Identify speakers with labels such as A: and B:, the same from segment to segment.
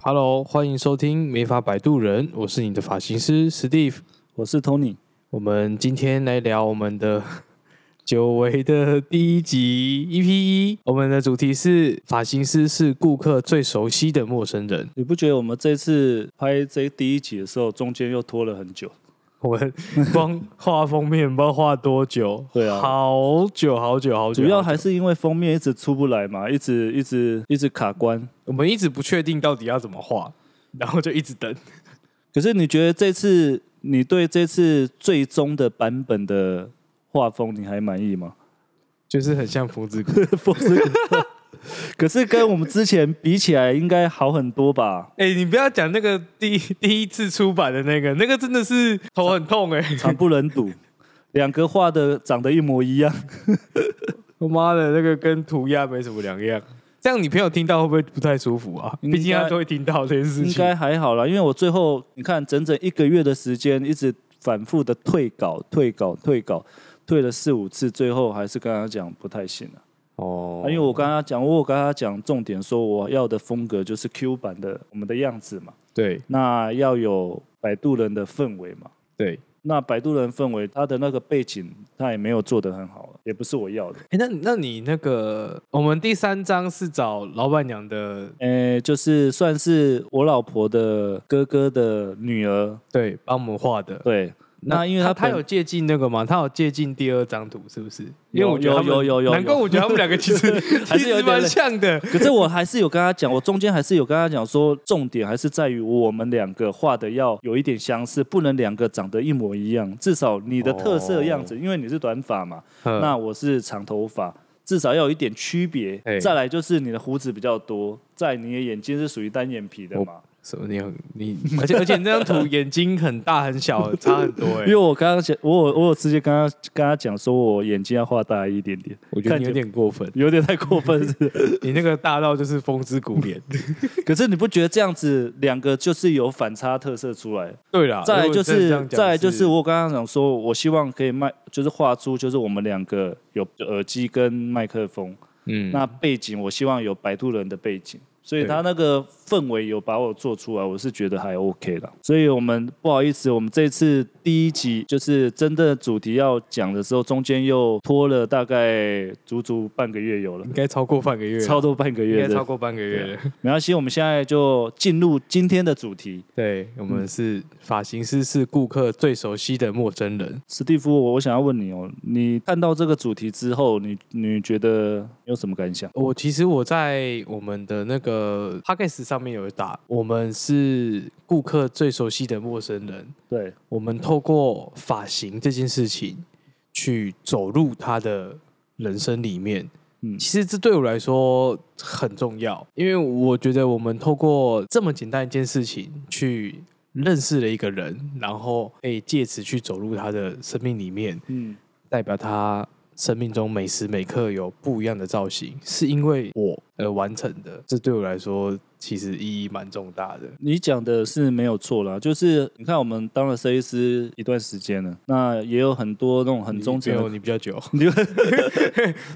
A: Hello，欢迎收听《美发摆渡人》，我是你的发型师 Steve。
B: 我是 Tony。
A: 我们今天来聊我们的 久违的第一集 EP 一，我们的主题是发型师是顾客最熟悉的陌生人。
B: 你不觉得我们这次拍这第一集的时候，中间又拖了很久？
A: 我们光画封面 不知道画多久，
B: 对啊
A: 好久好久好久。
B: 主要还是因为封面一直出不来嘛，一直一直一直卡关。
A: 我们一直不确定到底要怎么画，然后就一直等。
B: 可是你觉得这次你对这次最终的版本的画风你还满意吗？
A: 就是很像福子哥，
B: 不是，可是跟我们之前比起来，应该好很多吧？
A: 哎、你不要讲那个第一第一次出版的那个，那个真的是头很痛哎、
B: 惨不忍睹，两个画的长得一模一样。
A: 我妈的，那个跟涂鸦没什么两样。这样你朋友听到会不会不太舒服啊？
B: 应
A: 毕
B: 该
A: 竟他都会听到这件事
B: 应
A: 情。
B: 该还好啦，因为我最后你看整整一个月的时间，一直反复的退稿、退稿、退稿，退了四五次，最后还是跟他讲不太行了、
A: 哦
B: 啊因为我跟他讲，我有跟他讲重点，说我要的风格就是 Q 版的我们的样子嘛，
A: 对
B: 那要有摆渡人的氛围嘛。
A: 对，
B: 那摆渡人氛围，他的那个背景他也没有做得很好，也不是我要的。
A: 哎、那那你那个，我们第三章是找老板娘的，
B: 呃，就是算是我老婆的哥哥的女儿，
A: 对，帮我们画的。
B: 对。那因为
A: 他
B: 他
A: 他
B: 本
A: 有借鉴那个吗？他有借鉴第二张图是不是？因为
B: 有
A: 我觉得他们
B: 有有有有
A: 难怪我觉得他们两个其实
B: 还
A: 其
B: 是有
A: 实
B: 点
A: 蛮
B: 类
A: 像 的。
B: 可是我还是有跟他讲，我中间还是有跟他讲说，重点还是在于我们两个画的要有一点相似，不能两个长得一模一样。至少你的特色样
A: 哦
B: 子，因为你是短发嘛，
A: 那
B: 嗯那我是长头发，至少要有一点区别
A: 嘿。
B: 再来就是你的胡子比较多，在你的眼睛是属于单眼皮的嘛。
A: 什么你很你， 而且而且那张图眼睛很大很小，差很多哎、
B: 因为我刚刚讲，我有我有直接跟他跟他讲说，我眼睛要画大一点点，
A: 我觉得你有
B: 看起来
A: 点过分，
B: 有点太过分是不是
A: 你那个大到就是风之谷脸。
B: 可是你不觉得这样子两个就是有反差特色出来？
A: 对啦，
B: 再来就
A: 如果真的这
B: 是，
A: 样讲
B: 再来就是，我刚刚讲说，我希望可以卖，就是画出就是我们两个有耳机跟麦克风，
A: 嗯，
B: 那背景我希望有摆渡人的背景，所以
A: 对
B: 他那个氛围有把我做出来，我是觉得还 OK 了。所以我们不好意思，我们这次第一集就是真的主题要讲的时候，中间又拖了大概足足半个月有了
A: 应。该超过半个月，
B: 超多半个
A: 应
B: 月
A: 该
B: 的
A: 超，过半个月了。
B: 没关系，我们现在就进入今天的主题。
A: 对，我们是发型师是顾客最熟悉的陌生人。
B: 史蒂夫，我我想要问你哦，你看到这个主题之后，你你觉得有什么感想？
A: 我其实我在我们的那个 p a c k a g e 上面有打，我们是顾客最熟悉的陌生人。
B: 对，
A: 我们透过发型这件事情去走入他的人生里面。
B: 嗯
A: 其实这对我来说很重要，因为我觉得我们透过这么简单一件事情去认识了一个人，然后可以借此去走入他的生命里面，
B: 嗯，
A: 代表他生命中每时每刻有不一样的造型，是因为我而完成的。这对我来说其实意义蛮重大的。
B: 你讲的是没有错啦，就是你看我们当了设计师一段时间了，那也有很多那种很忠诚
A: 你没
B: 的
A: 有你比较久，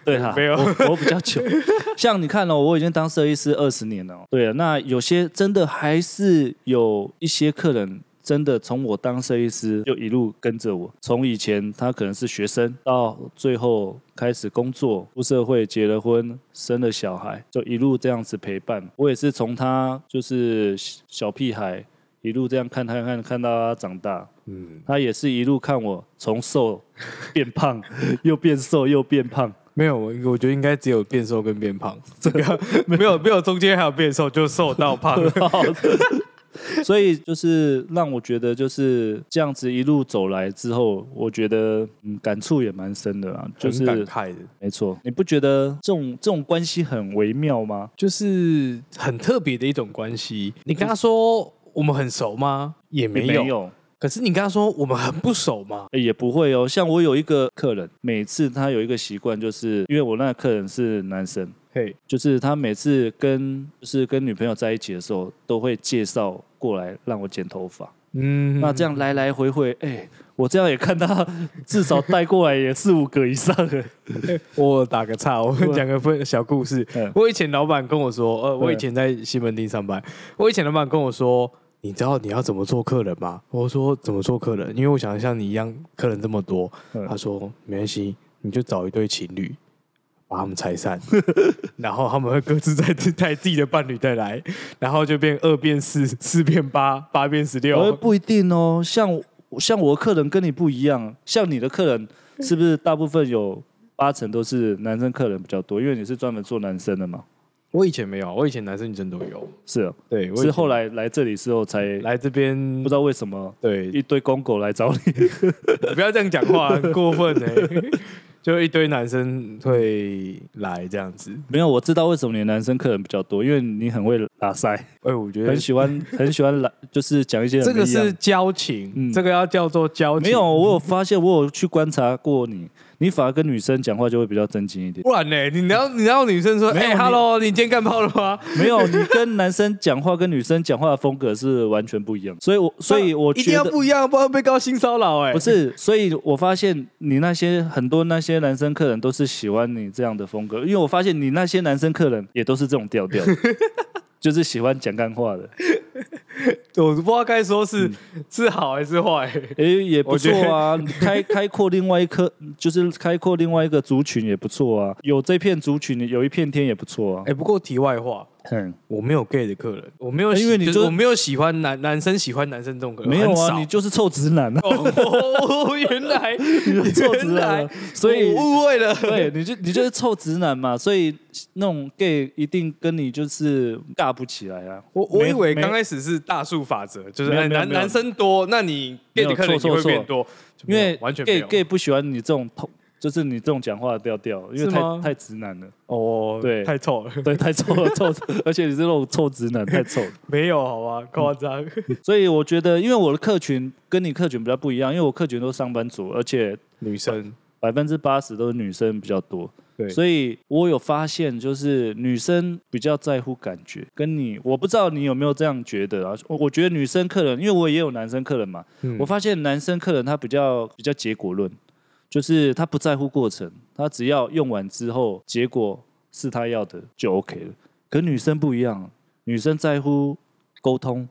B: 对哈，
A: 没有
B: 我，我比较久。 像你看哦，我已经当设计师二十年了、哦。对啊，那有些真的还是有一些客人。真的从我当设计师就一路跟着我，从以前他可能是学生，到最后开始工作、出社会、结了婚、生了小孩，就一路这样子陪伴。我也是从他就是小屁孩一路这样看他看看到他长大，
A: 嗯，
B: 他也是一路看我从瘦变胖， 又变瘦又变胖，
A: 没有，我我觉得应该只有变瘦跟变胖， 这个没有没有中间还有变瘦，就瘦到 胖。
B: 所以就是让我觉得就是这样子一路走来之后，我觉得嗯感触也蛮深的啦。就
A: 很感
B: 是
A: 慨的，
B: 没错，你不觉得这种这种关系很微妙吗？
A: 就是很特别的一种关系。你跟他说我们很熟吗？也没
B: 也
A: 有。
B: 没有
A: 可是你跟他说我们很不熟吗？
B: 诶也不会哦。像我有一个客人，每次他有一个习惯，就是因为我那个客人是男生，
A: 嘿，
B: 就是他每次跟就是跟女朋友在一起的时候，都会介绍过来让我剪头发。
A: 嗯
B: 那这样来来回回，哎、我我这样也看 他至少带过来也四五个以上了。
A: 我打个岔，我
B: 对
A: 讲个分小故事
B: 嗯。
A: 我以前老板跟我说，呃，我以
B: 对
A: 前在西门町上班，我以前老板跟我说，你知道你要怎么做客人吗？我说怎么做客人，因为我想像你一样客人这么多。
B: 嗯
A: 他说没关系，你就找一对情侣。把他们拆散， 然后他们会各自再带自己的伴侣带来，然后就变二变四，四变八，八变十
B: 我
A: 六。
B: 不一定哦，像像我的客人跟你不一样，像你的客人是不是大部分有八成都是男生客人比较多？因为你是专门做男生的嘛。
A: 我以前没有，我以前男生女生都有。
B: 是、啊，
A: 对，我以
B: 是
A: 前
B: 后来来这里之后才
A: 来这边，
B: 不知道为什么
A: 对，
B: 一堆公狗来找你。
A: 不要这样讲话，很过分哎、 就一堆男生会来这样子，
B: 没有，我知道为什么你的男生客人比较多，因为你很会拉塞，
A: 哎、我觉得
B: 很喜欢很喜欢来，就是讲一些很
A: 这个
B: 不一样
A: 是交情，
B: 嗯
A: 这个要叫做交情。
B: 没有，，我有发现，我有去观察过你，你反而跟女生讲话就会比较正经 一点。
A: 不然呢、你让你让女生说，
B: 没有
A: 哎、
B: 你
A: h e l l o 你今天干炮了 吗？
B: 没有，你跟男生讲话跟女生讲话的风格是完全不一样，所以我所以我
A: 一定
B: 觉
A: 要
B: 得。哎
A: 不一样，不然被告性骚扰哎。
B: 不，是，所以我发现你那些很多那些男生客人都是喜欢你这样的风格，因为我发现你那些男生客人也都是这种 调调，就是喜欢讲干话的，
A: 我不知道该说是、是好还是坏、
B: 诶、也不
A: 我觉
B: 错
A: 得
B: 啊，开开阔另外一颗，就是开阔另外一个族群也不错啊，有这片族群，有一片天也不错啊
A: 哎、，不过题外话，
B: 嗯，
A: 我没有 gay 的客人，我没有，
B: 因为你
A: 就
B: 就是
A: 我没有喜欢男男生喜欢男生这种客人，
B: 没有
A: 很少
B: 啊，你就是臭直男啊。
A: 哦，哦 原来
B: 是 臭直
A: 原
B: 男
A: 来
B: 啊，所以
A: 我误会了。
B: 对，你就你就是臭直男嘛，所以那种 gay 一定跟你就是尬不起来啊。
A: 我我
B: 没
A: 以为
B: 没
A: 刚开始是大数法则，就是
B: 没有
A: 哎
B: 没有
A: 男
B: 没有
A: 男生多，那你 gay 的客人就
B: 错错
A: 会
B: 错
A: 变多，就
B: 因
A: 没有
B: 为
A: 完全没
B: gay
A: 有。
B: gay 不喜欢你这种头，就是你这种讲话的调调，因
A: 是
B: 为太
A: 吗
B: 太直男了，
A: 哦，
B: 对
A: 太臭了，
B: 对，太臭了， 臭，而且你是那种臭直男，太 臭了。
A: 没有好吧，夸张。
B: 所以我觉得，因为我的客群跟你客群比较不一样，因为我客群都是上班族，而且
A: 女生
B: 百分之八十都是女生比较多，
A: 对
B: 所以我有发现，就是女生比较在乎感觉，跟你我不知道你有没有这样觉得啊？我我觉得女生客人，因为我也有男生客人嘛，
A: 嗯
B: 我发现男生客人他比较比较结果论，就是他不在乎过程，他只要用完之后结果是他要的就 OK 了。可女生不一样，女生在乎沟通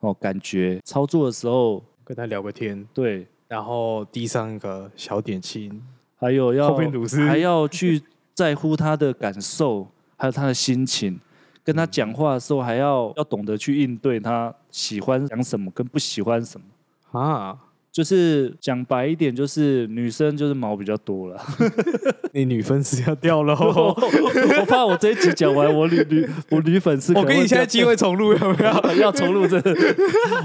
B: 哦，感觉操作的时候
A: 跟他聊个天，
B: 对
A: 然后递上一个小点心，
B: 还有要
A: 后面吐司
B: 还要去在乎他的感 受，还有他的心情。跟他讲话的时候，还要要懂得去应对他喜欢讲什么跟不喜欢什么。
A: 啊，
B: 就是讲白一点，就是女生就是毛比较 多了。
A: 你女粉丝要掉了哦。
B: 我我怕我这一集讲完，我女女我女粉丝 可
A: 我
B: 能会
A: 给你现在机会重录，有没有？
B: 掉 要重录这个。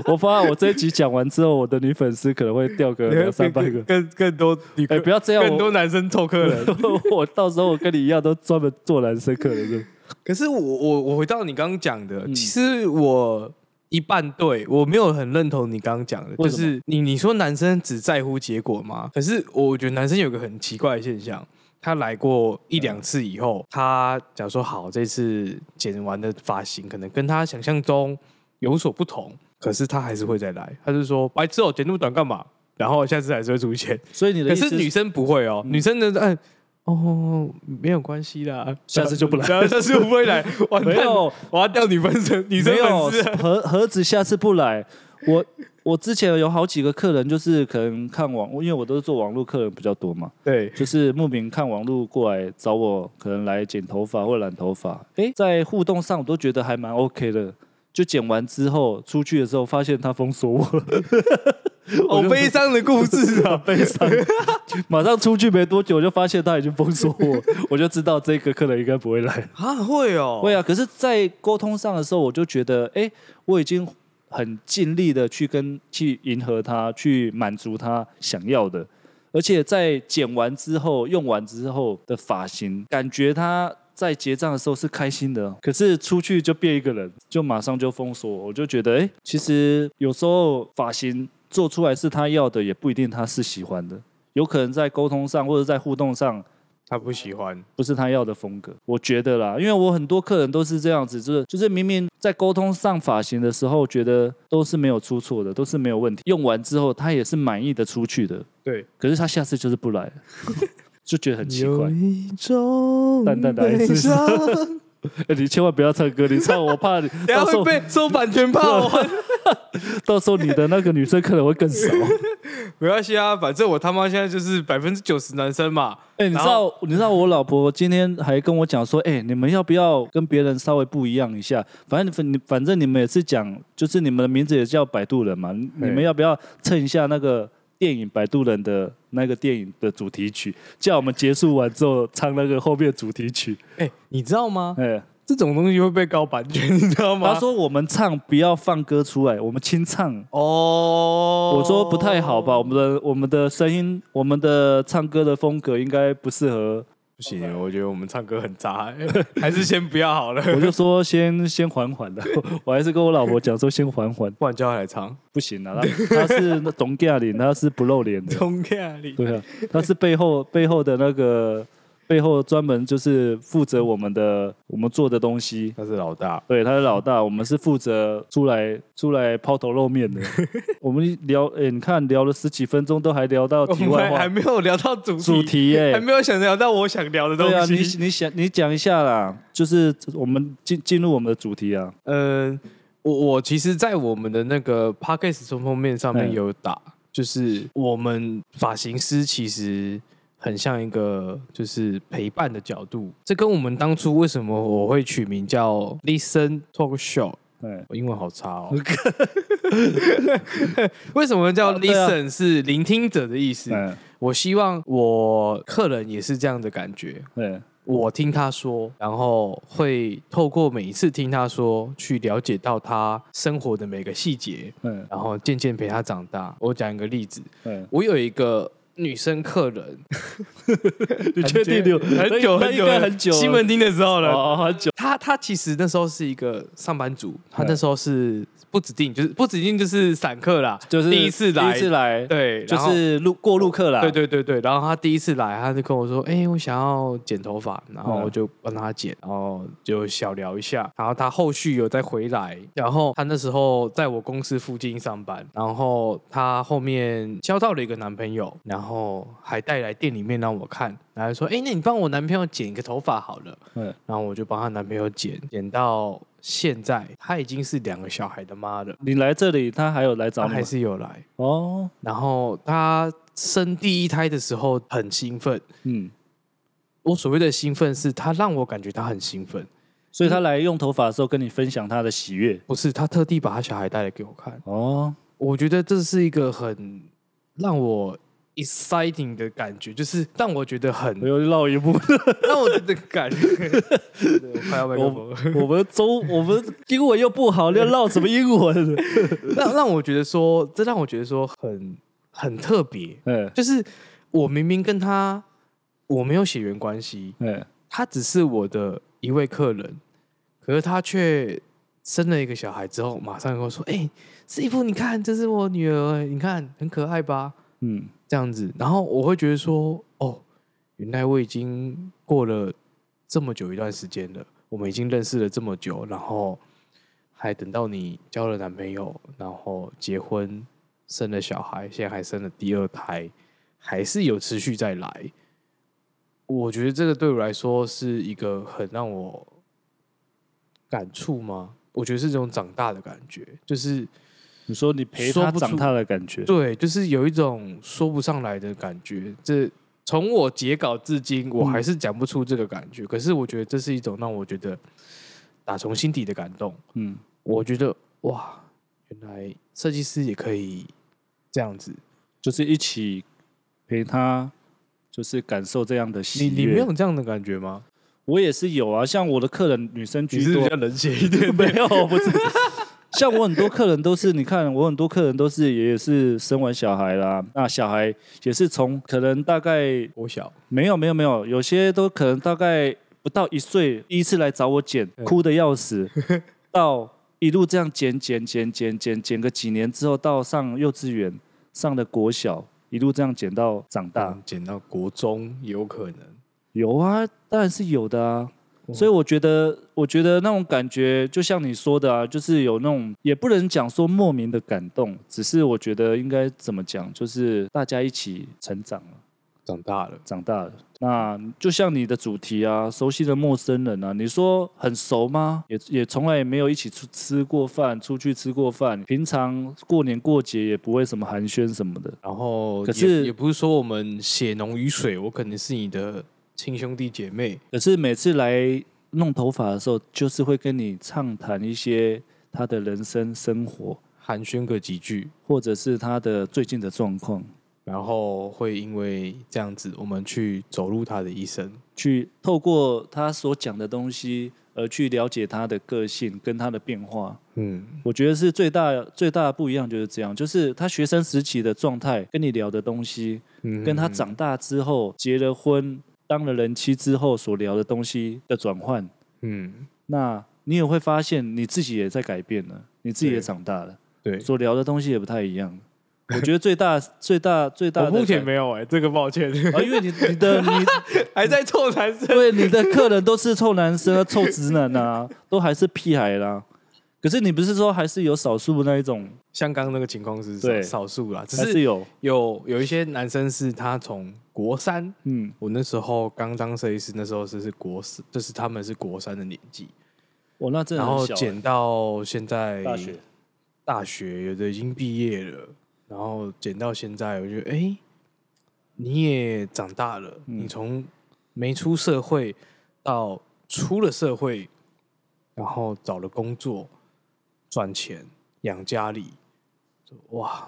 B: 我怕我这一集讲完之后，我的女粉丝可能会掉个两三百
A: 更
B: 个。
A: 更更多女
B: 哎、
A: 客
B: 不，要这样，
A: 更
B: 我
A: 多男生凑客人。
B: 我到时候我跟你一样，都专门做男生客人是
A: 可是我我我回到你刚刚讲的，
B: 嗯
A: 其实我一半对我没有很认同你刚刚讲的，
B: 为
A: 就
B: 什么
A: 是你你说男生只在乎结果吗？可是我觉得男生有个很奇怪的现象。他来过一两次以后，他假如说好，这次剪完的发型可能跟他想象中有所不同，可是他还是会再来。他就说：“白痴哦，剪那么短干嘛？”然后下次还是会出现。
B: 所以你的
A: 可
B: 意思
A: 是女生不会哦，女生的哎哦没有关系啦，
B: 下次就不来
A: 来， 下次就不会来，完
B: 没
A: 蛋，
B: 有
A: 我要掉女粉丝，女生
B: 没有
A: 粉丝了。
B: 何何止下次不来，我我之前有好几个客人，就是可能看网，因为我都是做网络客人比较多嘛，
A: 对，
B: 就是慕名看网络过来找我，可能来剪头发或染头发，诶，在互动上我都觉得还蛮 OK 的。就剪完之后出去的时候，发现他封锁我，
A: 好悲伤的故事啊，悲伤。
B: 马上出去没多久，我就发现他已经封锁我，我就知道这个客人应该不会来。
A: 啊，会哦，
B: 会啊，可是，在沟通上的时候，我就觉得，哎，我已经很尽力的去跟去迎合他，去满足他想要的，而且在剪完之后、用完之后的发型，感觉他在结账的时候是开心的，可是出去就变一个人，就马上就封锁我，我就觉得，哎，其实有时候发型做出来是他要的，也不一定他是喜欢的，有可能在沟通上或者在互动上。
A: 他不喜欢，
B: 不是他要的风格，我觉得啦，因为我很多客人都是这样子，就是就是明明在沟通上发型的时候，觉得都是没有出错的，都是没有问题，用完之后他也是满意的出去的，
A: 对，
B: 可是他下次就是不来了， 就觉得很奇怪
A: 有。一种
B: 淡淡的爱
A: 悲
B: 是
A: 伤
B: 哎你千万不要唱歌，你唱我怕你
A: 等下
B: 到时
A: 会
B: 候
A: 被收版权炮。
B: 到时候你的那个女生可能会更少。
A: 没关系啊，反正我他妈现在就是百分之九十男生嘛。
B: 哎、你知
A: 然
B: 道你知道我老婆今天还跟我讲说，哎、你们要不要跟别人稍微不一样一下？反正你反正你们也是讲，就是你们的名字也叫摆渡人嘛，你你们要不要蹭一下那个电影《摆渡人》的那个电影的主题曲？叫我们结束完之后唱那个后面的主题曲。
A: 哎、你知道吗？
B: 哎、
A: 这种东西会被告版权，你知道吗？
B: 他说我们唱不要放歌出来，我们清唱。
A: 哦，
B: 我说不太好吧，我们的我们的声音，我们的唱歌的风格应该不适合
A: 不行，我觉得我们唱歌很渣、欸还是先不要好了。
B: 我就说先先缓缓的， 我还是跟我老婆讲说先缓缓，
A: 不然叫他来唱
B: 不行啊，他他是懂嫁脸，他是不露脸
A: 《
B: 的，
A: 中亚里》。
B: 对啊，他是背后背后的那个背后专门就是负责我们的我们做的东西，
A: 他是老大，
B: 对，他是老大，我们是负责出来出来抛头露 面的。我们聊，哎、你看聊了十几分钟，都还聊到
A: 我
B: 题外
A: 们还
B: 话，
A: 没有聊到主题，
B: 主题哎、
A: 还没有想聊到我想聊的东
B: 对啊，你
A: 西。
B: 你想你讲一下啦，就是我们进进入我们的主题啊，
A: 嗯、我我其实，在我们的那个 podcast 中封面上面
B: 嗯
A: 有打，就是我们发型师其实很像一个就是陪伴的角度，这跟我们当初为什么我会取名叫 Listen Talk Show。
B: 哎、
A: 我英文好差哦！ 为什么叫
B: 啊对啊
A: listen 是聆听者的意思？
B: 嗯，
A: 我希望我客人也是这样的感觉。
B: 对，
A: 我听他说，然后会透过每一次听他说，去了解到他生活的每个细节，
B: 嗯
A: 然后渐渐陪他长大。我讲一个例子，
B: 嗯，
A: 我有一个女生客人，
B: 你确定有
A: 很久
B: 那
A: 很久
B: 应该很久了
A: 新闻听的时候了，
B: 哦，很久，
A: 他他其实那时候是一个上班族，他
B: 嗯
A: 那时候是不指定，就是不指定就是散客啦，
B: 就是
A: 第一次来，
B: 第一次来，
A: 对，
B: 就
A: 然后
B: 是路过路客啦，
A: 对对对对，然后他第一次来，他就跟我说：“哎、我想要剪头发。”然后
B: 嗯
A: 我就帮他剪，然后就小聊一下。然后他后续有再回来，然后他那时候在我公司附近上班，然后他后面交到了一个男朋友，然后还带来店里面让我看，然后说：“哎、那你帮我男朋友剪一个头发好了。”
B: 嗯
A: 然后我就帮她男朋友剪，剪到现在，她已经是两个小孩的妈了，
B: 你来这里，他还有来找
A: 她
B: 你
A: 还
B: 吗，
A: 是有来。
B: 哦，
A: 然后她生第一胎的时候很兴奋，
B: 嗯，
A: 我所谓的兴奋是她让我感觉她很兴奋，
B: 所以他来用头发的时候跟你分享他的喜悦，
A: 不是她特地把她小孩带来给我看，
B: 哦，
A: 我觉得这是一个很让我 exciting 的感觉，就是让我觉得 很
B: 我又绕一步，
A: 让我的感 觉，对我快要麦克风了。
B: 我们中我们英文又不好，要绕什么英文？
A: 让让我觉得说，这让我觉得说很很特别，
B: 嗯
A: 就是我明明跟他我没有血缘关系，
B: 嗯，
A: 他只是我的一位客人，可是他却生了一个小孩之后，马上跟我说：“哎、师傅，你看，这是我女儿，哎你看很可爱吧
B: 嗯，？”
A: 这样子，然后我会觉得说：“哦，原来我已经过了这么久一段时间了，我们已经认识了这么久，然后还等到你交了男朋友，然后结婚，生了小孩，现在还生了第二胎，还是有持续再来。我觉得这个对我来说是一个很让我感触吗？我觉得是这种长大的感觉，就是
B: 你说你陪
A: 说
B: 他
A: 不
B: 长
A: 出
B: 大的感觉，
A: 对，就是有一种说不上来的感觉。这从我截稿至今，我还是讲不出这个感觉。可是我觉得这是一种让我觉得打从心底的感动。
B: 嗯，
A: 我觉得哇，原来设计师也可以这样子。
B: 就是一起陪他，就是感受这样的喜
A: 你
B: 悦。
A: 你没有这样的感觉吗？
B: 我也是有啊，像我的客人女生居多，
A: 冷血一点
B: 没有，不是。像我很多客人都是，你看我很多客人都是也是生完小孩啦，那小孩也是从可能大概
A: 我小，
B: 没有没有没有，有些都可能大概不到一岁，第一次来找我剪，哭的要死，到一路这样剪剪剪剪剪剪个几年之后，到上幼稚园，
A: 嗯
B: 上了国小，一路这样剪到长大。
A: 嗯剪到国中也有可能。
B: 有啊，当然是有的啊。
A: 哇
B: 所以我觉得，我觉得那种感觉，就像你说的啊，就是有那种也不能讲说莫名的感动，只是我觉得应该怎么讲，就是大家一起成长了，
A: 长大了，
B: 长大了。那就像你的主题啊，熟悉的陌生人啊，你说很熟吗？也也从来也没有一起出吃过饭，出去吃过饭，平常过年过节也不会什么寒暄什么的。
A: 然后
B: 可
A: 也
B: 是
A: 也不是说我们血浓于水，我可能是你的亲兄弟姐妹，
B: 可是每次来弄头发的时候，就是会跟你畅谈一些他的人生生活，
A: 寒暄个几句，
B: 或者是他的最近的状况，
A: 然后会因为这样子，我们去走入他的一生。
B: 去透过他所讲的东西而去了解他的个性跟他的变化。
A: 嗯，
B: 我觉得是最大最大的不一样就是这样，就是他学生时期的状态跟你聊的东西，
A: 嗯
B: 跟他长大之后结了婚、当了人妻之后所聊的东西的转换。
A: 嗯，
B: 那你也会发现你自己也在改变了，你自己也
A: 对
B: 长大了，
A: 对，
B: 所聊的东西也不太一样。我觉得最大、最大、最大
A: 我
B: 的
A: 目前
B: 感
A: 没有哎、这个抱歉，
B: 啊，因为你你的你
A: 还在臭男生。
B: 对你的客人都是臭男生、啊、臭直男啊，都还是屁孩啦。可是你不是说还是有少数那一种，
A: 像刚刚那个情况是
B: 对
A: 少少数啦，只
B: 还
A: 是
B: 是有，
A: 有有一些男生是他从国三，
B: 嗯，
A: 我那时候刚当设计师，那时候是是国四，就是他们是国三的年纪，
B: 我那真的
A: 然
B: 很
A: 后
B: 小欸、欸
A: 剪到现在
B: 大学，
A: 大学有的已经毕业了，然后剪到现在，我觉得哎、诶你也长大了，你从没出社会到出了社会，然后找了工作，赚钱养家里，哇，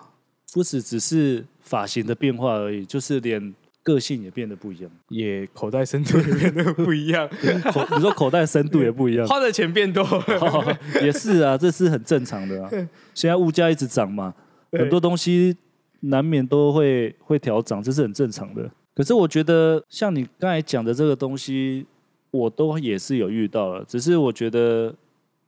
B: 不只只是发型的变化而已，就是连个性也变得不一样，
A: 也口袋深度也变得不一 样，
B: 口你说口袋深度也不一样，
A: 花的钱变多了，
B: 哦 也是啊，这是很正常的啊。现在物价一直涨嘛，
A: 对
B: 很多东西难免都会会调涨，这是很正常的。可是我觉得，像你刚才讲的这个东西，我都也是有遇到了，只是我觉得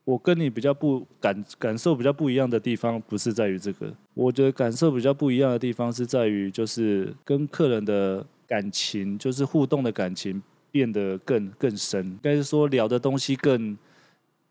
B: 我跟你比较不感感受比较不一样的地方，不是在于这个，我觉得感受比较不一样的地方是在于，就是跟客人的感情，就是互动的感情变得更更深，应该是说聊的东西更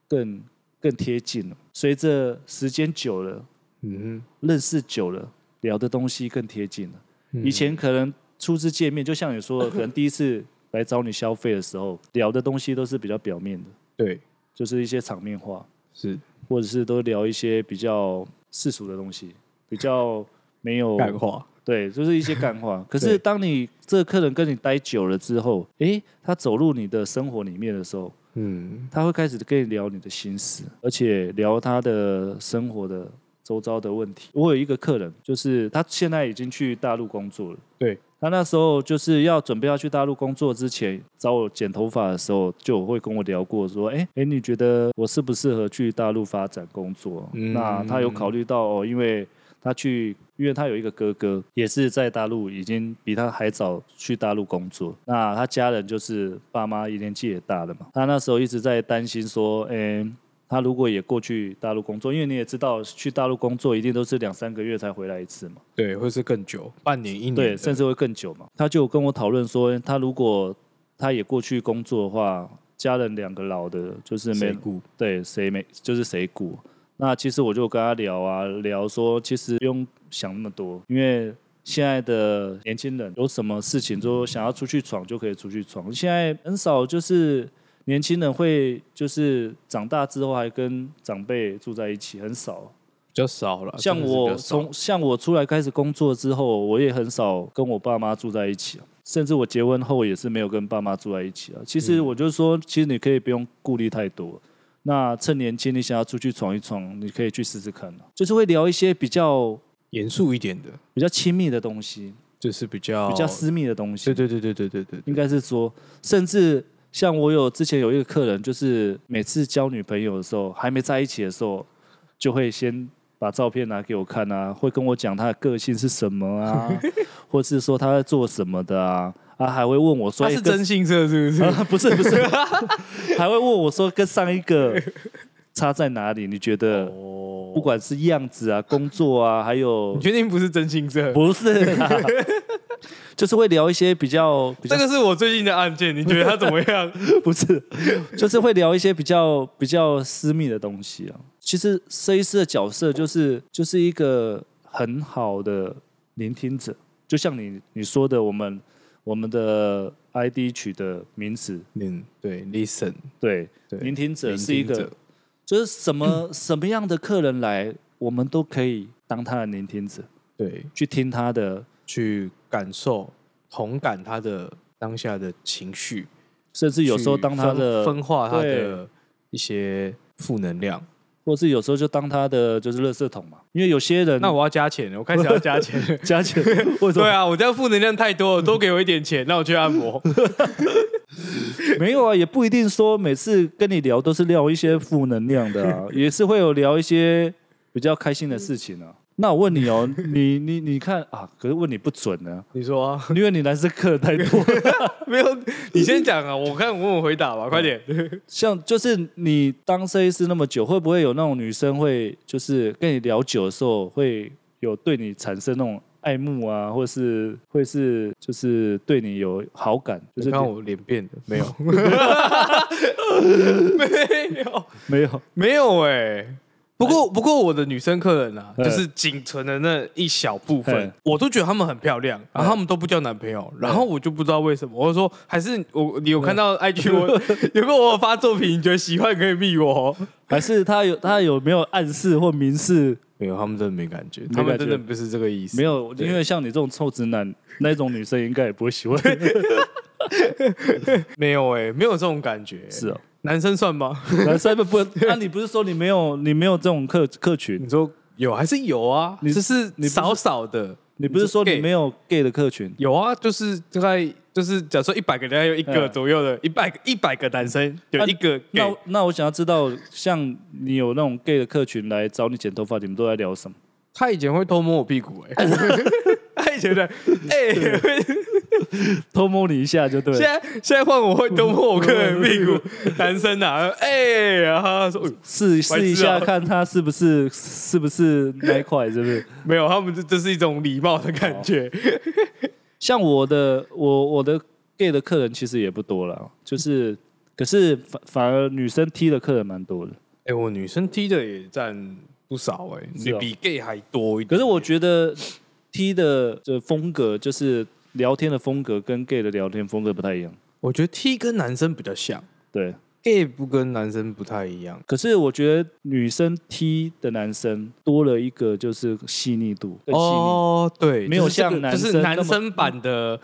B: 更更贴近了。随着时间久了，
A: 嗯
B: 认识久了，聊的东西更贴近了。
A: 哼，
B: 以前可能初次见面，就像你说的，可能第一次来找你消费的时候，聊的东西都是比较表面的，
A: 对
B: 就是一些场面话。
A: 是
B: 或者是都聊一些比较世俗的东西，比较没有
A: 干话，
B: 对，就是一些干话。可
A: 对
B: 是当你这个客人跟你待久了之后，诶，他走入你的生活里面的时候，
A: 嗯，
B: 他会开始跟你聊你的心事，而且聊他的生活的周遭的问题。我有一个客人，就是他现在已经去大陆工作了。
A: 对，
B: 他那时候就是要准备要去大陆工作之前，找我剪头发的时候，就会跟我聊过说，哎、诶哎、你觉得我适不适合去大陆发展工作？
A: 嗯
B: 那他有考虑到哦，因为他去，因为他有一个哥哥，也是在大陆，已经比他还早去大陆工作。那他家人就是爸妈也年纪也大了嘛，他那时候一直在担心说，诶，他如果也过去大陆工作，因为你也知道，去大陆工作一定都是两三个月才回来一次嘛，
A: 对，或是更久，半年一年的，
B: 对，甚至会更久嘛。他就有跟我讨论说，他如果他也过去工作的话，家人两个老的，就是
A: 谁
B: 没
A: 顾
B: 对，谁没就是谁顾。那其实我就跟他聊啊，聊说其实不用想那么多，因为现在的年轻人有什么事情就想要出去闯就可以出去闯，现在很少就是年轻人会就是长大之后还跟长辈住在一起，很少。
A: 比较少了，
B: 像
A: 啊真的是比
B: 我
A: 较少
B: 从像我出来开始工作之后，我也很少跟我爸妈住在一起啊，甚至我结婚后也是没有跟爸妈住在一起啊。其
A: 嗯
B: 实我就说，其实你可以不用顾虑太多，那趁年轻你想要出去闯一闯，你可以去试试看啊、就是会聊一些比较
A: 严肃一点的，
B: 比较亲密的东西，
A: 就是比较
B: 比较私密的东西啊
A: 对，对对对对对对
B: 应该是说，甚至。像我有之前有一个客人，就是每次交女朋友的时候，还没在一起的时候，就会先把照片拿给我看啊，会跟我讲他的个性是什么 啊，或是说他在做什么的啊，啊还会问我说
A: 他
B: 诶
A: 是
B: 跟
A: 真性色是不是？
B: 啊 不是 不是，还会问我说跟上一个差在哪里？你觉得
A: 哦
B: 不管是样子啊、工作啊，还有
A: 你确定不是真性色？
B: 不是啦， 就是会聊一些比较比较
A: 这个是我最近的案件，你觉得他怎么 样？
B: 不是，就是会聊一些比较比较私密的东西啊。其实设计师的角色就是就是一个很好的聆听者，就像你你说的，我们我们的 ID 取的名词，
A: 嗯，对，listen，
B: 对，
A: 对，
B: 聆听者
A: 聆
B: 是一
A: 听
B: 个
A: 者，
B: 就是什么什么样的客人来，我们都可以当他的聆听者，
A: 对，
B: 去听他的，
A: 去感受、同感他的当下的情绪，
B: 甚至有时候
A: 去
B: 当他
A: 分
B: 的
A: 分化他
B: 对
A: 的一些负能量。
B: 或是有时候就当他的就是垃圾桶嘛，因为有些人。
A: 那我要加钱了，我开始要加钱了
B: 加起来，为什
A: 对
B: 么
A: 啊，我这样负能量太多了，多给我一点钱，让我去按摩。
B: 没有啊？也不一定说每次跟你聊都是聊一些负能量的 啊，也是会有聊一些比较开心的事情啊。那我问你哦，你你你看啊，可是问你不准呢、
A: 你说、啊、
B: 因为你男生客人 太多。
A: 没有？你先讲啊，我看我我回答吧，快点。
B: 像就是你当设计师那么久，会不会有那种女生会就是跟你聊久的时候，会有对你产生那种爱慕啊，或是会是就是对你有好感？就
A: 你
B: 是
A: 看我脸变了没有？ 没有。
B: 没有
A: 没有哎、不过不过我的女生客人啊，
B: 嗯
A: 就是仅存的那一小部分
B: 嗯，
A: 我都觉得她们很漂亮，然后她们都不交男朋友，然后我就不知道为什么，我就说还是我你有看到 IG 我 有没有我有发作品，你觉得喜欢可以密我哦。
B: 还是他有他有没有暗示或明示？
A: 没有，他们真的没感觉，
B: 没
A: 他们
B: 感觉
A: 真的不是这个意思。
B: 没有，因为像你这种臭 直男，那种女生应该也不会喜欢。
A: 没有哎、没有这种感觉、
B: 是哦，
A: 男生算吗？
B: 男生不 不，那、你不是说你没有你没有这种客客群
A: 你？说有还是有啊？
B: 你
A: 就是
B: 你不是
A: 少少的，
B: 你不是说你
A: gay
B: 没有 gay 的客群？
A: 有啊，就是大概就是假设一百个，大概有一个
B: 嗯
A: 左右的，一百个一百个男生有一个 gay，、
B: 啊那那我想要知道，像你有那种 gay 的客群来找你剪头发，你们都在聊什么？
A: 他以前会偷摸我屁股、哎， 他以前 的，哎、
B: 偷摸你一下就对
A: 现
B: 了。
A: 在现在换我会偷摸我客人屁股， 男生啊，哎、然后他说、哎呦
B: 试
A: 白痴啊
B: 试一下，看他是不是是不是那一块，是不是？
A: 没有，他们这这是一种礼貌的感觉，
B: 像我的，我我的 gay 的客人其实也不多了，就是，可是反反而女生 T 的客人蛮多的。
A: 哎、我女生踢的也占不少、哎、
B: 是哦
A: 比 gay 还多一点，
B: 可是我觉得 T 的这风格就是聊天的风格跟 gay 的聊天风格不太一样，
A: 我觉得 T 跟男生比较像
B: 对。
A: ，gay 不跟男生不太一样。
B: 可是我觉得女生 T 的男生多了一个就是细腻度，更细腻。
A: 哦，对，
B: 没
A: 就
B: 有
A: 是这个
B: 像男
A: 就
B: 生
A: 是
B: 那
A: 男
B: 么
A: 生版的，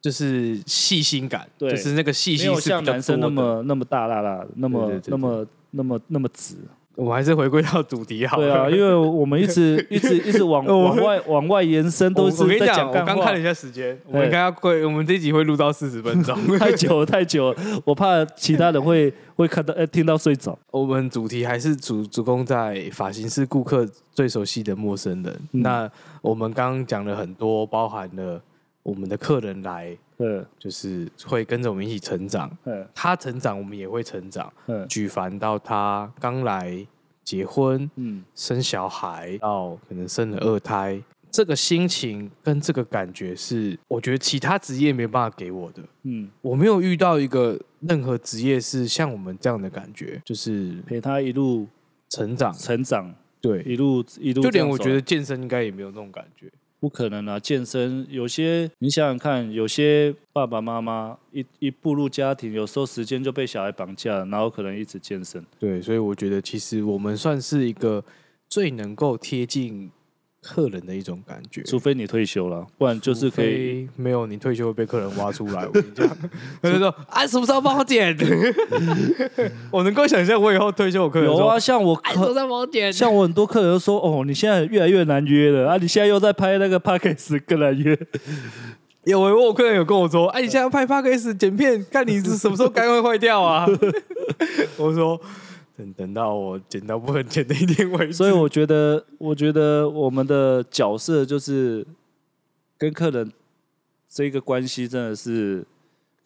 A: 就是细心感，
B: 对
A: 就是那个细
B: 没
A: 心
B: 有
A: 是比较
B: 像男生
A: 多
B: 那
A: 的。
B: 么那么大辣辣的，那么
A: 对对对
B: 那么那么那么直。
A: 我们还是回归到主题好了。
B: 对啊， 因为我们一直一直一直往
A: 我
B: 往外往外延伸，
A: 我
B: 都
A: 我跟
B: 是
A: 你
B: 在
A: 讲，我
B: 干
A: 刚
B: 话
A: 看了一。下时间，我们应该要会，我们这一集会录到四十分钟。
B: 太久了太久了，我怕其他人会会看到呃听到睡着。
A: 我们主题还是主主攻在发型师顾客最熟悉的陌生人。
B: 嗯
A: 那我们刚刚讲了很多，包含了我们的客人来，
B: 嗯
A: 就是会跟着我们一起成长，
B: 嗯
A: 他成长，我们也会成长。
B: 嗯
A: 举凡到他刚来结婚、
B: 嗯，
A: 生小孩，到可能生了二胎，这个心情跟这个感觉是，我觉得其他职业没办法给我的。
B: 嗯，
A: 我没有遇到一个任何职业是像我们这样的感觉，就是
B: 陪他一路
A: 成长。
B: 成长，
A: 对，
B: 一路一路
A: 就
B: 这样走来。
A: 连我觉得健身应该也没有那种感觉。
B: 不可能啊！健身有些，你想想看，有些爸爸妈妈一一步入家庭，有时候时间就被小孩绑架了，然后可能一直健身。
A: 对，所以我觉得其实我们算是一个最能够贴近客人的一种感觉。
B: 除非你退休了，不然就是可
A: 除
B: 以。
A: 非没有你退休会被客人挖出来，我跟你 讲，他就说啊，什么时候帮我剪？ 我能够想象，我以后退休，我客人
B: 有
A: 说
B: 啊，，像我
A: 哎，什么
B: 客，
A: 时候帮我剪？
B: 像我很多客人都说，哦，你现在越来越难约了啊！你现在又在拍那个 podcast 更难约，
A: 有欸我客人有跟我说，哎，你现在拍 p 开始剪片，看你是什么时候肝会坏掉啊？ 我说等等到我剪到不能剪的一天 为止。
B: 所以我觉得，我觉得我们的角色就是跟客人这个关系真的是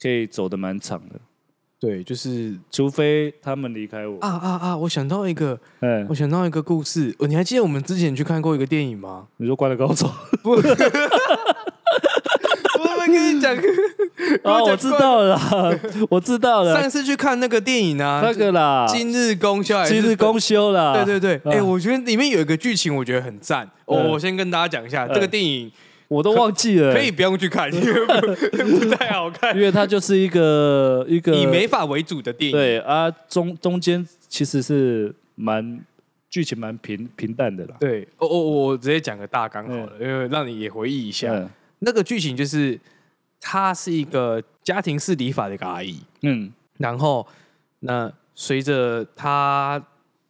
B: 可以走的蛮长的，
A: 对，就是
B: 除非他们离开我。
A: 啊啊啊！我想到一个，
B: 嗯
A: 我，想到一个故事。哦你还记 得我们之前去看过一个电影吗？
B: 你说《灌篮高手》
A: 跟 你讲，
B: 哦，我知道了啦，我知道了，
A: 上次去看那个电影啊，
B: 那个啦，
A: 今日公休还是
B: 今日公休啦，
A: 对对对，哎、
B: 啊
A: 我觉得里面有一个剧情，我觉得很赞。哦，
B: 嗯
A: 我先跟大家讲一下，
B: 嗯
A: 这个电影
B: 我都忘记了，
A: 可以不用去 看，因为不不太好看
B: 因，为它就是一个一个
A: 以美法为主的电影。
B: 对啊，中中间其实是蛮剧情蛮平平淡的啦。
A: 对，哦哦，我直接讲个大纲好了，因为让你也回忆一下、
B: 嗯
A: 那个剧情，就是她是一个家庭式理发的一个阿姨，
B: 嗯，
A: 然后那随着她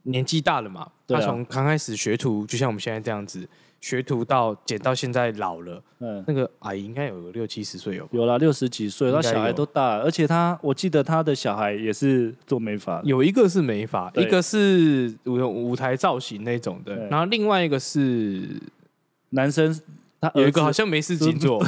A: 年纪大了嘛，
B: 对啊
A: 她从刚开始学徒，就像我们现在这样子，学徒到剪到现在老了，
B: 嗯，
A: 那个阿姨应该有个六七十岁有哦吧。
B: 有啦，六十几岁，
A: 应该
B: 他小孩
A: 有
B: 都大了，而且他我记得他的小孩也是做美发的，
A: 有一个是美发，
B: 对
A: 一个是舞舞台造型那种的
B: 对，
A: 然后另外一个是
B: 男生他儿
A: 有一个
B: 子
A: 好像没事情做，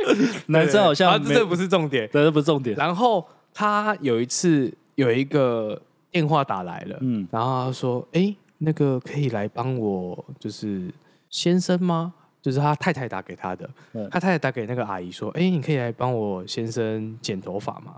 B: 男生好像
A: 对
B: 没
A: 对对啊这不是重点。
B: 对，这不是重点。
A: 然后他有一次有一个电话打来了，
B: 嗯
A: 然后他说：“哎，那个可以来帮我，就是先生吗？”就是他太太打给他的
B: 嗯，
A: 他太太打给那个阿姨说：“哎，你可以来帮我先生剪头发吗？”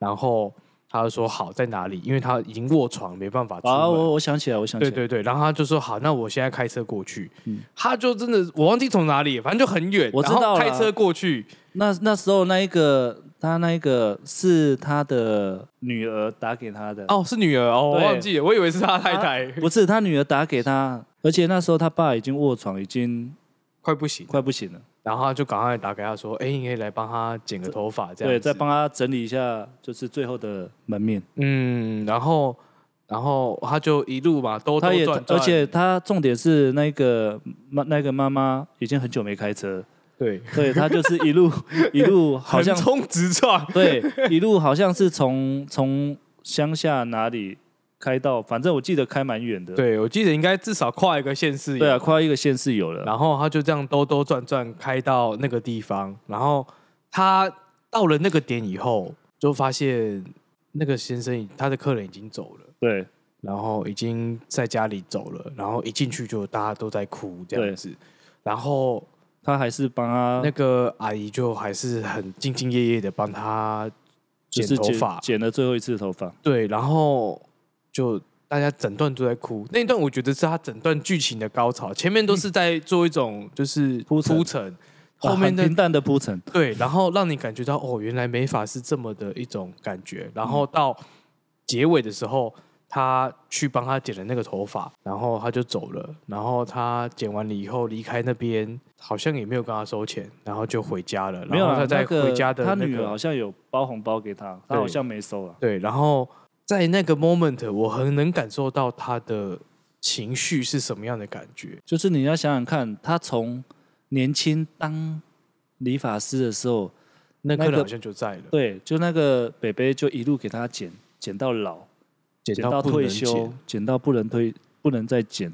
A: 然后他就说：“好，在哪里？”因为他已经卧床，没办法出
B: 啊，
A: 门。
B: 我我想起来，我想
A: 对
B: 起来，
A: 对对，然后他就说好，那我现在开车过去。
B: 嗯
A: 他就真的我忘记从哪里，反正就很远，
B: 我知
A: 然后
B: 道了
A: 开车过去。
B: 那那时候那一个他那一个是他的女儿打给他的，
A: 哦，是女儿哦，我
B: 对啊
A: 忘记了，我以为是他太太，
B: 不是他女儿打给他，而且那时候他爸已经卧床，已经
A: 快不行。
B: 快不行了，
A: 然后他就赶快打给他说，哎，你可以来帮他剪个头发，这样
B: 对，
A: 子
B: 再帮他整理一下，就是最后的门面。
A: 嗯，然后然后他就一路嘛兜兜
B: 他也，
A: 转转，
B: 而且他重点是那个妈，那个妈妈已经很久没开车，
A: 对，
B: 对他就是 一路一路好像
A: 横冲直撞，
B: 对一路好像是从从乡下哪里开到，反正我记得开蛮远的，
A: 对我记得应该至少跨一个县市，
B: 对啊，快要一个县市有了，
A: 然后他就这样兜兜转转开到那个地方，然后他到了那个点以后，就发现那个先生已他的客人已经走了，
B: 对
A: 然后已经在家里走了，然后一进去就大家都在哭这样子，然后
B: 他还是帮
A: 那
B: 他
A: 个阿姨就还是很兢兢业业的帮他
B: 就
A: 剪
B: 是
A: 头发，
B: 剪了最后一次头发，
A: 对，然后就大家整段都在哭。那一段我觉得是他整段剧情的高潮，前面都是在做一种就是
B: 铺陈
A: 铺陈，后面
B: 啊很
A: 的
B: 平淡的铺陈，
A: 对，然后让你感觉到哦，原来美发是这么的一种感觉。然
B: 嗯
A: 后到结尾的时候，他去帮他剪了那个头发，然后他就走了。然后他剪完了以后离开那边，好像也没有跟他收钱，然后就回家了。
B: 没
A: 然
B: 有
A: 后
B: 啦
A: 他在
B: 那个
A: 回家的
B: 他
A: 那
B: 女儿
A: 个
B: 好像有包红包给他，他
A: 对
B: 好像没收啊了，
A: 对，然后在那个 moment，我很能感受到他的情绪是什么样的感觉。
B: 就是你要想想看，他从年轻当理发师的时候，
A: 那
B: 那
A: 客人
B: 个
A: 好像就在了，
B: 对，就那个北北就一路给他剪，剪到老，
A: 剪
B: 剪到
A: 不能
B: 退休
A: 剪，
B: 剪到不能退，不能再剪，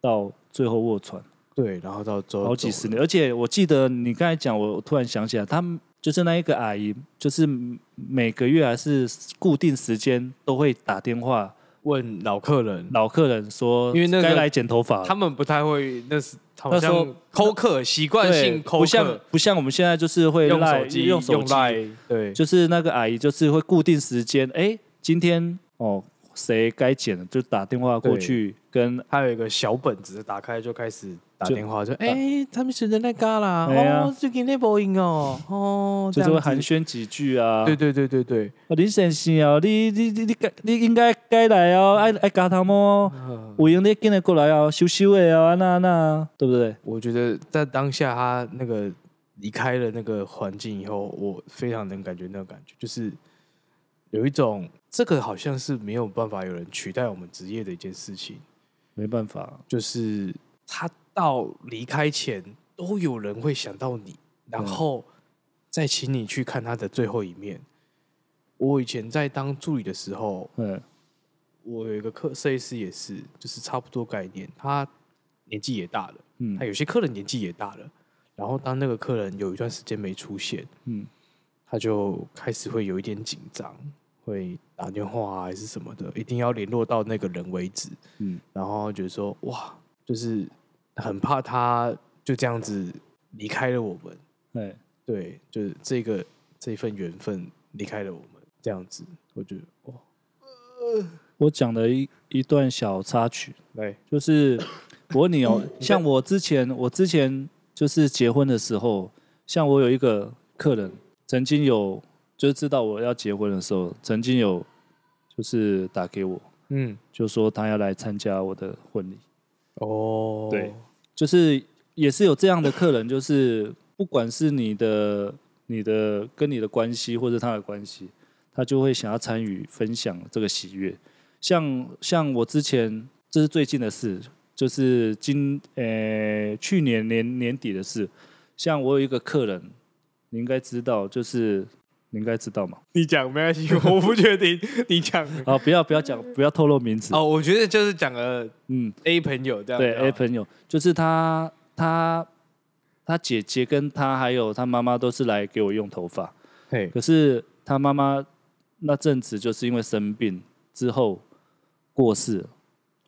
B: 到最后卧床
A: 对，然后到走
B: 好几十，年。而且我记得你刚才讲，我突然想起来，他们就是那一个阿姨，就是每个月还是固定时间都会打电话
A: 问老客人，
B: 老客人说，
A: 因为那个
B: 该来剪头发了。
A: 他们不太会，那是好
B: 那时候
A: 像抠客习惯
B: 对，
A: 性抠
B: 不像
A: 客，
B: 不像我们现在就是会
A: 用
B: 赖
A: 手机
B: 用手机，
A: 赖，对，
B: 就是那个阿姨就是会固定时间，哎，今天哦谁该剪了就打电话过
A: 对哦
B: 去跟
A: 还有一个小本子，打开就开始打
B: 就
A: 电话，说：“哎、他们选择那嘎啦，
B: 哎呀
A: 哦，最近那波音哦，哦，
B: 就是会
A: 这样
B: 寒
A: 子
B: 暄几句啊。
A: 对对对对对，
B: 哦，林先生哦，你你你你该你应该该来哦，爱爱加汤哦，
A: 啊
B: 有闲你跟着过来哦，羞羞的哦，那那对不对？
A: 我觉得在当下他那个离开了那个环境以后，我非常能感觉那个感觉，就是有一种这个好像是没有办法有人取代我们职业的一件事情，
B: 没办法，
A: 就是他到离开前都有人会想到你，然后再请你去看他的最后一面。我以前在当助理的时候，
B: 嗯，
A: 我有一个客设计师也是，就是差不多概念，他年纪也大了。
B: 嗯
A: 他有些客人年纪也大了，然后当那个客人有一段时间没出现，
B: 嗯，
A: 他就开始会有一点紧张，会打电话啊还是什么的，一定要联络到那个人为止。
B: 嗯，
A: 然后觉得说哇，就是很怕他就这样子离开了我们，
B: 哎，
A: 对，就是这个这一份缘分离开了我们，这样子，我觉得哇，
B: 我讲了一一段小插曲，
A: 来，
B: 就是我问你哦，像我之前，我之前就是结婚的时候，像我有一个客人，曾经有就是知道我要结婚的时候，曾经有就是打给我，
A: 嗯，
B: 就说他要来参加我的婚礼，
A: 哦，
B: 对，就是也是有这样的客人，就是不管是你的你的跟你的关系，或者他的关系，他就会想要参与分享这个喜悦。像像我之前，这是最近的事，就是今呃去年年年底的事。像我有一个客人，你应该知道，就是你应该知道嘛。
A: 你讲没关系，我不确定，你讲。
B: 啊，不要不要讲，不要透露名字。
A: 哦，我觉得就是讲了
B: 嗯，
A: A 朋友这样，啊
B: 对
A: 这样
B: A 朋友，就是他他他姐姐跟他还有他妈妈都是来给我用头发，
A: 嘿，
B: 可是他妈妈那阵子就是因为生病之后过世了，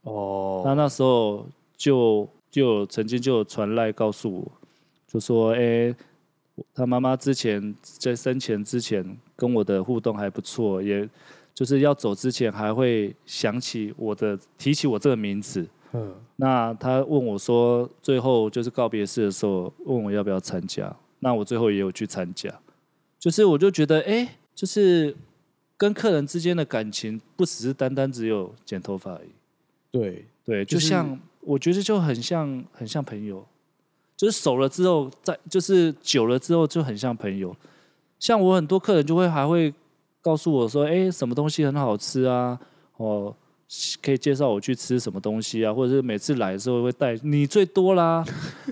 A: 哦，
B: 他那时候就就有曾经就有传来告诉我，就说哎、他妈妈之前在生前之前跟我的互动还不错，也就是要走之前还会想起我的提起我这个名字。
A: 嗯，
B: 那他问我说，最后就是告别式的时候，问我要不要参加。那我最后也有去参加，就是我就觉得，哎、就是跟客人之间的感情，不只是单单只有剪头发而已。
A: 对，
B: 对，
A: 就
B: 就是像我觉得就很像很像朋友，就是熟了之后，在就是久了之后就很像朋友。像我很多客人就会还会告诉我说，哎、什么东西很好吃啊？哦，可以介绍我去吃什么东西啊？或者是每次来的时候会带你最多啦，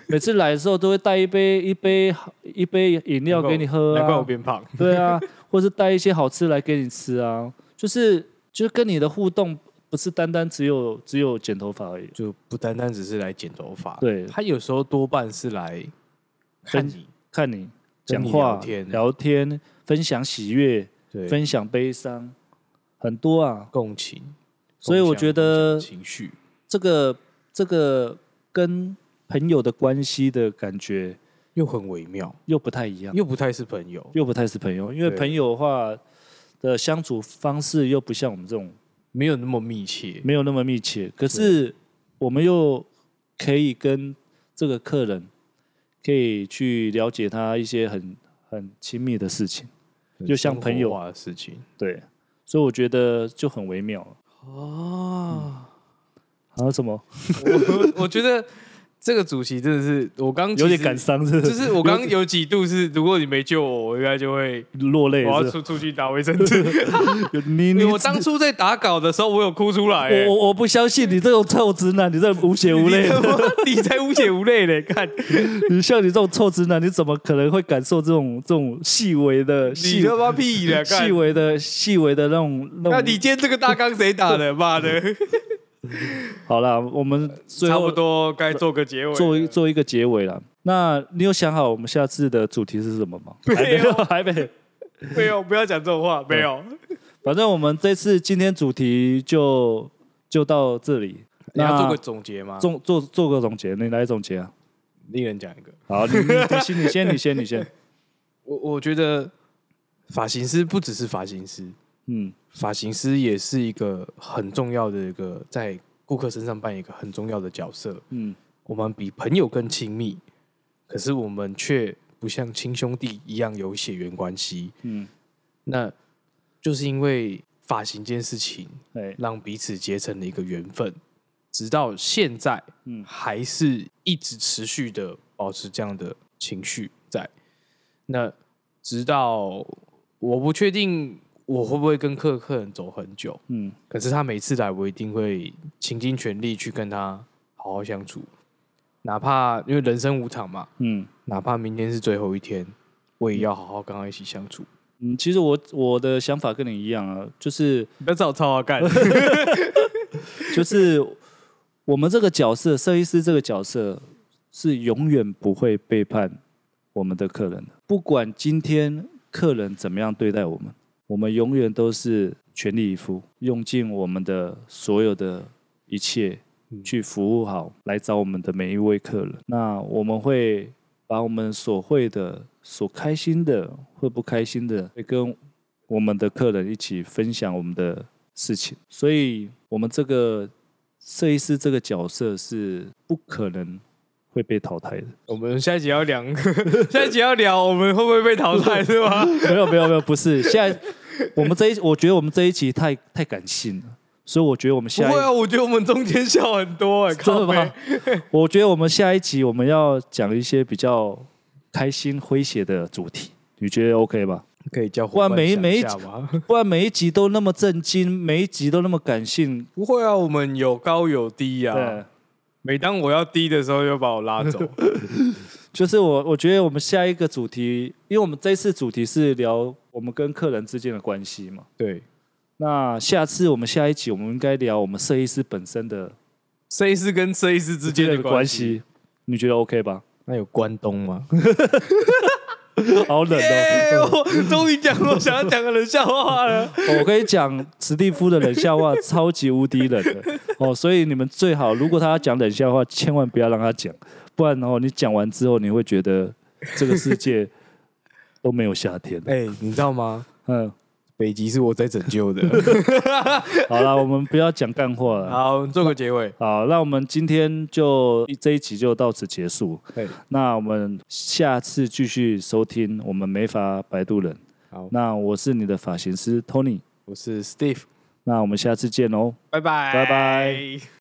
B: 每次来的时候都会带一杯一杯一杯饮料给你喝啊。
A: 难怪我变胖，
B: 对啊，或是带一些好吃来给你吃啊，就是就是跟你的互动不是单单只有只有剪头发而已，
A: 就不单单只是来剪头发，
B: 对
A: 他有时候多半是来看
B: 分
A: 你，
B: 看你
A: 跟
B: 讲
A: 你
B: 话、
A: 聊天
B: 天分享喜悦、
A: 对，
B: 分享悲伤，很多啊。
A: 共情，
B: 所以
A: 共
B: 我
A: 享
B: 觉得
A: 共享情绪，
B: 这个这个跟朋友的关系的感觉
A: 又很微妙，
B: 又不太一样，
A: 又不太是朋友，
B: 又不太是朋友，因为
A: 对
B: 朋友的话的相处方式又不像我们这种
A: 没有那么密切。
B: 没有那么密切，可是我们又可以跟这个客人可以去了解他一些很很亲密的事情，
A: 很
B: 就像
A: 生
B: 朋
A: 活
B: 友啊
A: 化的事情
B: 对，所以我觉得就很微妙了。
A: 哦。
B: 还有 什么
A: 我我觉得这个主题真的是我刚
B: 有点
A: 其实
B: 感，伤是不
A: 就是是我刚有几度是，如果你没救我，我应该就会
B: 落
A: 我
B: 泪
A: 要
B: 是
A: 出出去打卫生纸。
B: 不是， 你你
A: 我当初在打稿的时候，我有哭出来、欸。
B: 我我我不相信你这种臭直男，你这无血无泪
A: 你，他妈，你才无血无泪嘞！看，
B: 你像你这种臭直男，你怎么可能会感受这种这种细微的
A: 你
B: 细
A: 他妈屁的！
B: 细
A: 看，
B: 微的细微的那种
A: 那
B: 那
A: 你
B: 种？
A: 今天这个大纲谁打的？妈的，
B: 好啦，我们最
A: 差
B: 后
A: 不多该做个结尾了。
B: 做一做一个结尾了。那你有想好我们下次的主题是什么吗？还
A: 没有
B: 没有，还没。
A: 没有，不要讲这种话，没有。
B: 反正我们这次今天主题就就到这里。
A: 你要做
B: 那
A: 个总结吗？
B: 总做做个总结，你来总结啊。
A: 一人讲一个。
B: 好，你你你先你先你先你先，
A: 我我觉得发型师不只是发型师，
B: 嗯，
A: 发型师也是一个很重要的一个在顾客身上扮演一个很重要的角色。
B: 嗯，
A: 我们比朋友更亲密，可是我们却不像亲兄弟一样有血缘关系。
B: 嗯，
A: 那就是因为发型这件事情，
B: 哎，
A: 让彼此结成了一个缘分，直到现在，嗯
B: 嗯，
A: 还是一直持续的保持这样的情绪在。那直到我不确定我会不会跟客客人走很久，
B: 嗯，
A: 可是他每次来，我一定会倾尽全力去跟他好好相处，哪怕因为人生无常嘛，
B: 嗯。
A: 哪怕明天是最后一天，我也要好好跟他一起相处。
B: 嗯，其实我我的想法跟你一样啊，就是
A: 不要照抄啊， 干！
B: 就是我们这个角色，设计师这个角色是永远不会背叛我们的客人的。不管今天客人怎么样对待我们，我们永远都是全力以赴，用尽我们的所有的一切去服务好来找我们的每一位客人。那我们会把我们所会的、所开心的或不开心的，会跟我们的客人一起分享我们的事情。所以，我们这个设计师这个角色是不可能会被淘汰的。
A: 我们下一集要聊，下一集要聊我们会不会被淘汰是 吗？
B: 没有没有没有，不是。现在我们这一，我觉得我们这一集太太感性了，所以我觉得我
A: 不
B: 们下一
A: 会啊，我觉得我们中间笑很多 哎、
B: 真
A: 靠
B: 的
A: 背
B: 吗？ 我觉得我们下一集我们要讲一些比较开心诙谐的主题，你觉得 OK 吧？
A: 可以交互
B: 哇每一每一
A: 吧？
B: 不然每一集都那么震惊，每一集都那么感性，
A: 不会啊，我们有高有低呀、啊。
B: 对，
A: 每当我要低的时候，就把我拉走。
B: 就是我我觉得我们下一个主题，因为我们这次主题是聊我们跟客人之间的关系嘛，
A: 对，
B: 那下次我们下一集我们应该聊我们设计师本身的
A: 设计师跟设计师之间的
B: 关
A: 关系，
B: 系，你觉得 OK 吧？
A: 那有关东吗？
B: 好 冷
A: 哎、
B: 哦。
A: 我终于讲我想要讲的冷笑话了。
B: 我跟你讲，史蒂夫的冷笑话超级无敌冷的哦，所以你们最好，如果他讲冷笑话，千万不要让他讲，不然哦，你讲完之后，你会觉得这个世界都没有夏天。
A: 哎、你知道吗？
B: 嗯，
A: 北极是我在拯救的。
B: 好啦，我们不要讲干话了。
A: 好，做个结尾。
B: 好，那我们今天就这一集就到此结束。
A: 对，
B: 那我们下次继续收听我们美发摆渡人。
A: 好，
B: 那我是你的发型师 Tony，
A: 我是 Steve，
B: 那我们下次见喽。哦
A: 拜拜，
B: 拜拜。